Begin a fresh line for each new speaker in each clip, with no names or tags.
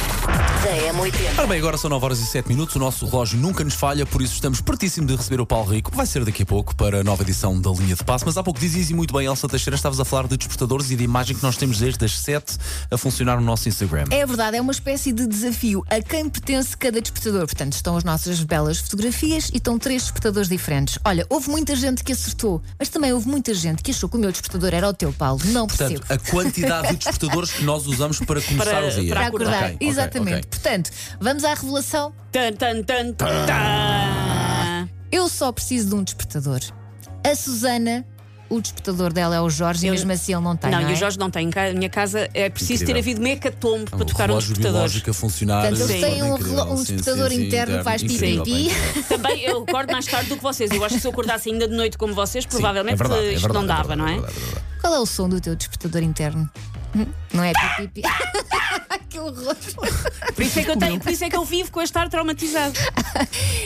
da M80.
Ora bem, agora são 9 horas e 7 minutos, o nosso relógio nunca nos falha, por isso estamos pertíssimo de receber o Paulo Rico, que vai ser daqui a pouco para a nova edição da Linha de Passo. Mas há pouco dizias e muito bem, Elsa Teixeira, estavas a falar de despertadores e da imagem que nós temos desde as 7 a funcionar no nosso Instagram.
É verdade, é uma espécie de desafio a quem pertence cada despertador. Portanto, estão as nossas belas fotografias e estão três despertadores diferentes. Olha, houve muita gente que acertou, mas também houve muita gente que achou que o meu despertador era o teu, Paulo. Não percebo.
tá
Portanto, a quantidade de despertadores que nós usamos para começar
Para-
o dia.
para
Para acordar.
Ok, ok,
Exatamente.
ok.
Portanto, vamos à revelação.
Tan, tan, tan, tan.
Eu só preciso de um despertador. A Susana, o despertador dela é o Jorge, e
Eu-
mesmo assim ele não tem.
Não,
não
e
é?
o Jorge não tem. Em ca- minha casa é preciso
Incrível.
ter havido meio hecatombe para
O
tocar um
relógio
despertador.
biológico a funcionar.
Portanto, eles
Sim.
têm um,
Incrível,
relo- um
sim, sim,
despertador
sim,
interno que faz
incrível,
pipi.
pá, incrível.
Também eu acordo mais tarde do que vocês. Eu acho que se eu acordasse ainda de noite como vocês,
Sim,
provavelmente
é verdade, é
isto
verdade,
não
é
dava,
verdade,
não é?
é verdade, é verdade.
Qual é o som do teu despertador interno? Hum? Não é pipi. pipi. que horror.
Por isso é que eu tenho, por isso é que eu vivo com este ar traumatizado.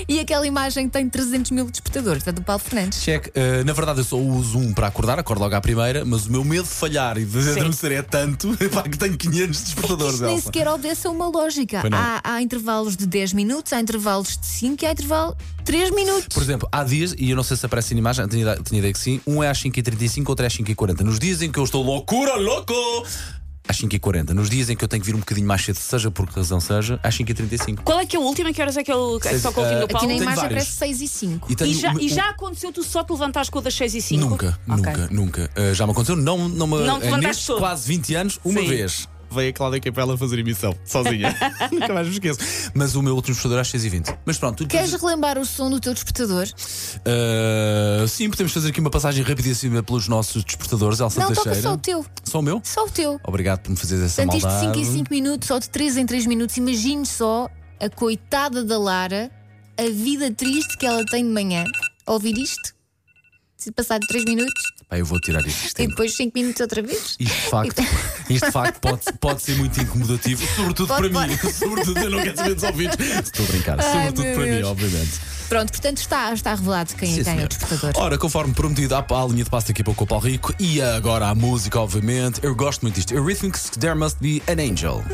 E aquela imagem tem 300 mil despertadores, da do Paulo Fernandes.
Check. Eh, na verdade, eu só uso um para acordar, acordo logo à primeira, mas o meu medo de falhar e de adormecer é tanto pá, que tenho
É
500 despertadores,
Isto nem
Elsa.
sequer obedece a uma lógica.
Pois não.
Há, há intervalos de 10 minutos, há intervalos de 5 e há intervalo de 3 minutos.
Por exemplo, há dias, e eu não sei se aparece na imagem, tinha, ide- tinha ideia que sim, um é às 5h35, outro é às 5h40. Nos dias em que eu estou loucura, louco! Às 5h40. Nos dias em que eu tenho que vir um bocadinho mais cedo, seja por que razão seja, às 5h35.
Qual é que é a última? Que horas é que é o que é que
Seis-
toca o fim
eh,
do
aqui
Aqui
Paulo?
na
tem
imagem
vários.
parece 6 e 5.
tenho
E já,
o-
e já aconteceu tu só te levantares com a das 6 e 5?
Nunca, nunca, nunca. Eh, já me aconteceu, não, não me.
Não
eh,
te levantaste
nestes
todo.
quase 20 anos, uma
Sim.
vez. Veio a Cláudia Capela fazer emissão, sozinha. Nunca mais me esqueço. Mas o meu último despertador é às 6h20. Mas pronto, tudo
Queres relembrar o som do teu despertador?
Uh, sim, podemos fazer aqui uma passagem rapidíssima pelos nossos despertadores, Elsa
Não, toca
Teixeira.
só o teu.
Só o meu?
Só o teu.
Obrigado por me fazeres essa
Portanto, isto de
maldade.
5 em 5 minutos ou de 3 em 3 minutos. Imagine só a coitada da Lara, a vida triste que ela tem de manhã. Ouvir isto? Se passar de 3 minutos
Pá, eu vou tirar isto.
e
Tem-
depois 5 minutos outra vez?
Isto de facto, isto de facto pode, pode ser muito incomodativo, sobretudo
Pode,
para mim. sobretudo, eu não quero saber dos ouvidos. Estou a brincar, sobretudo
meu
para mim,
Deus.
obviamente.
Pronto, portanto está, está revelado quem
Sim,
quem é
senhor.
o despertador.
Ora, conforme prometido, há a linha de passo daqui a pouco com o Paulo Rico e agora a música, obviamente. Eu gosto muito disto. Eurythmics, There Must Be an Angel.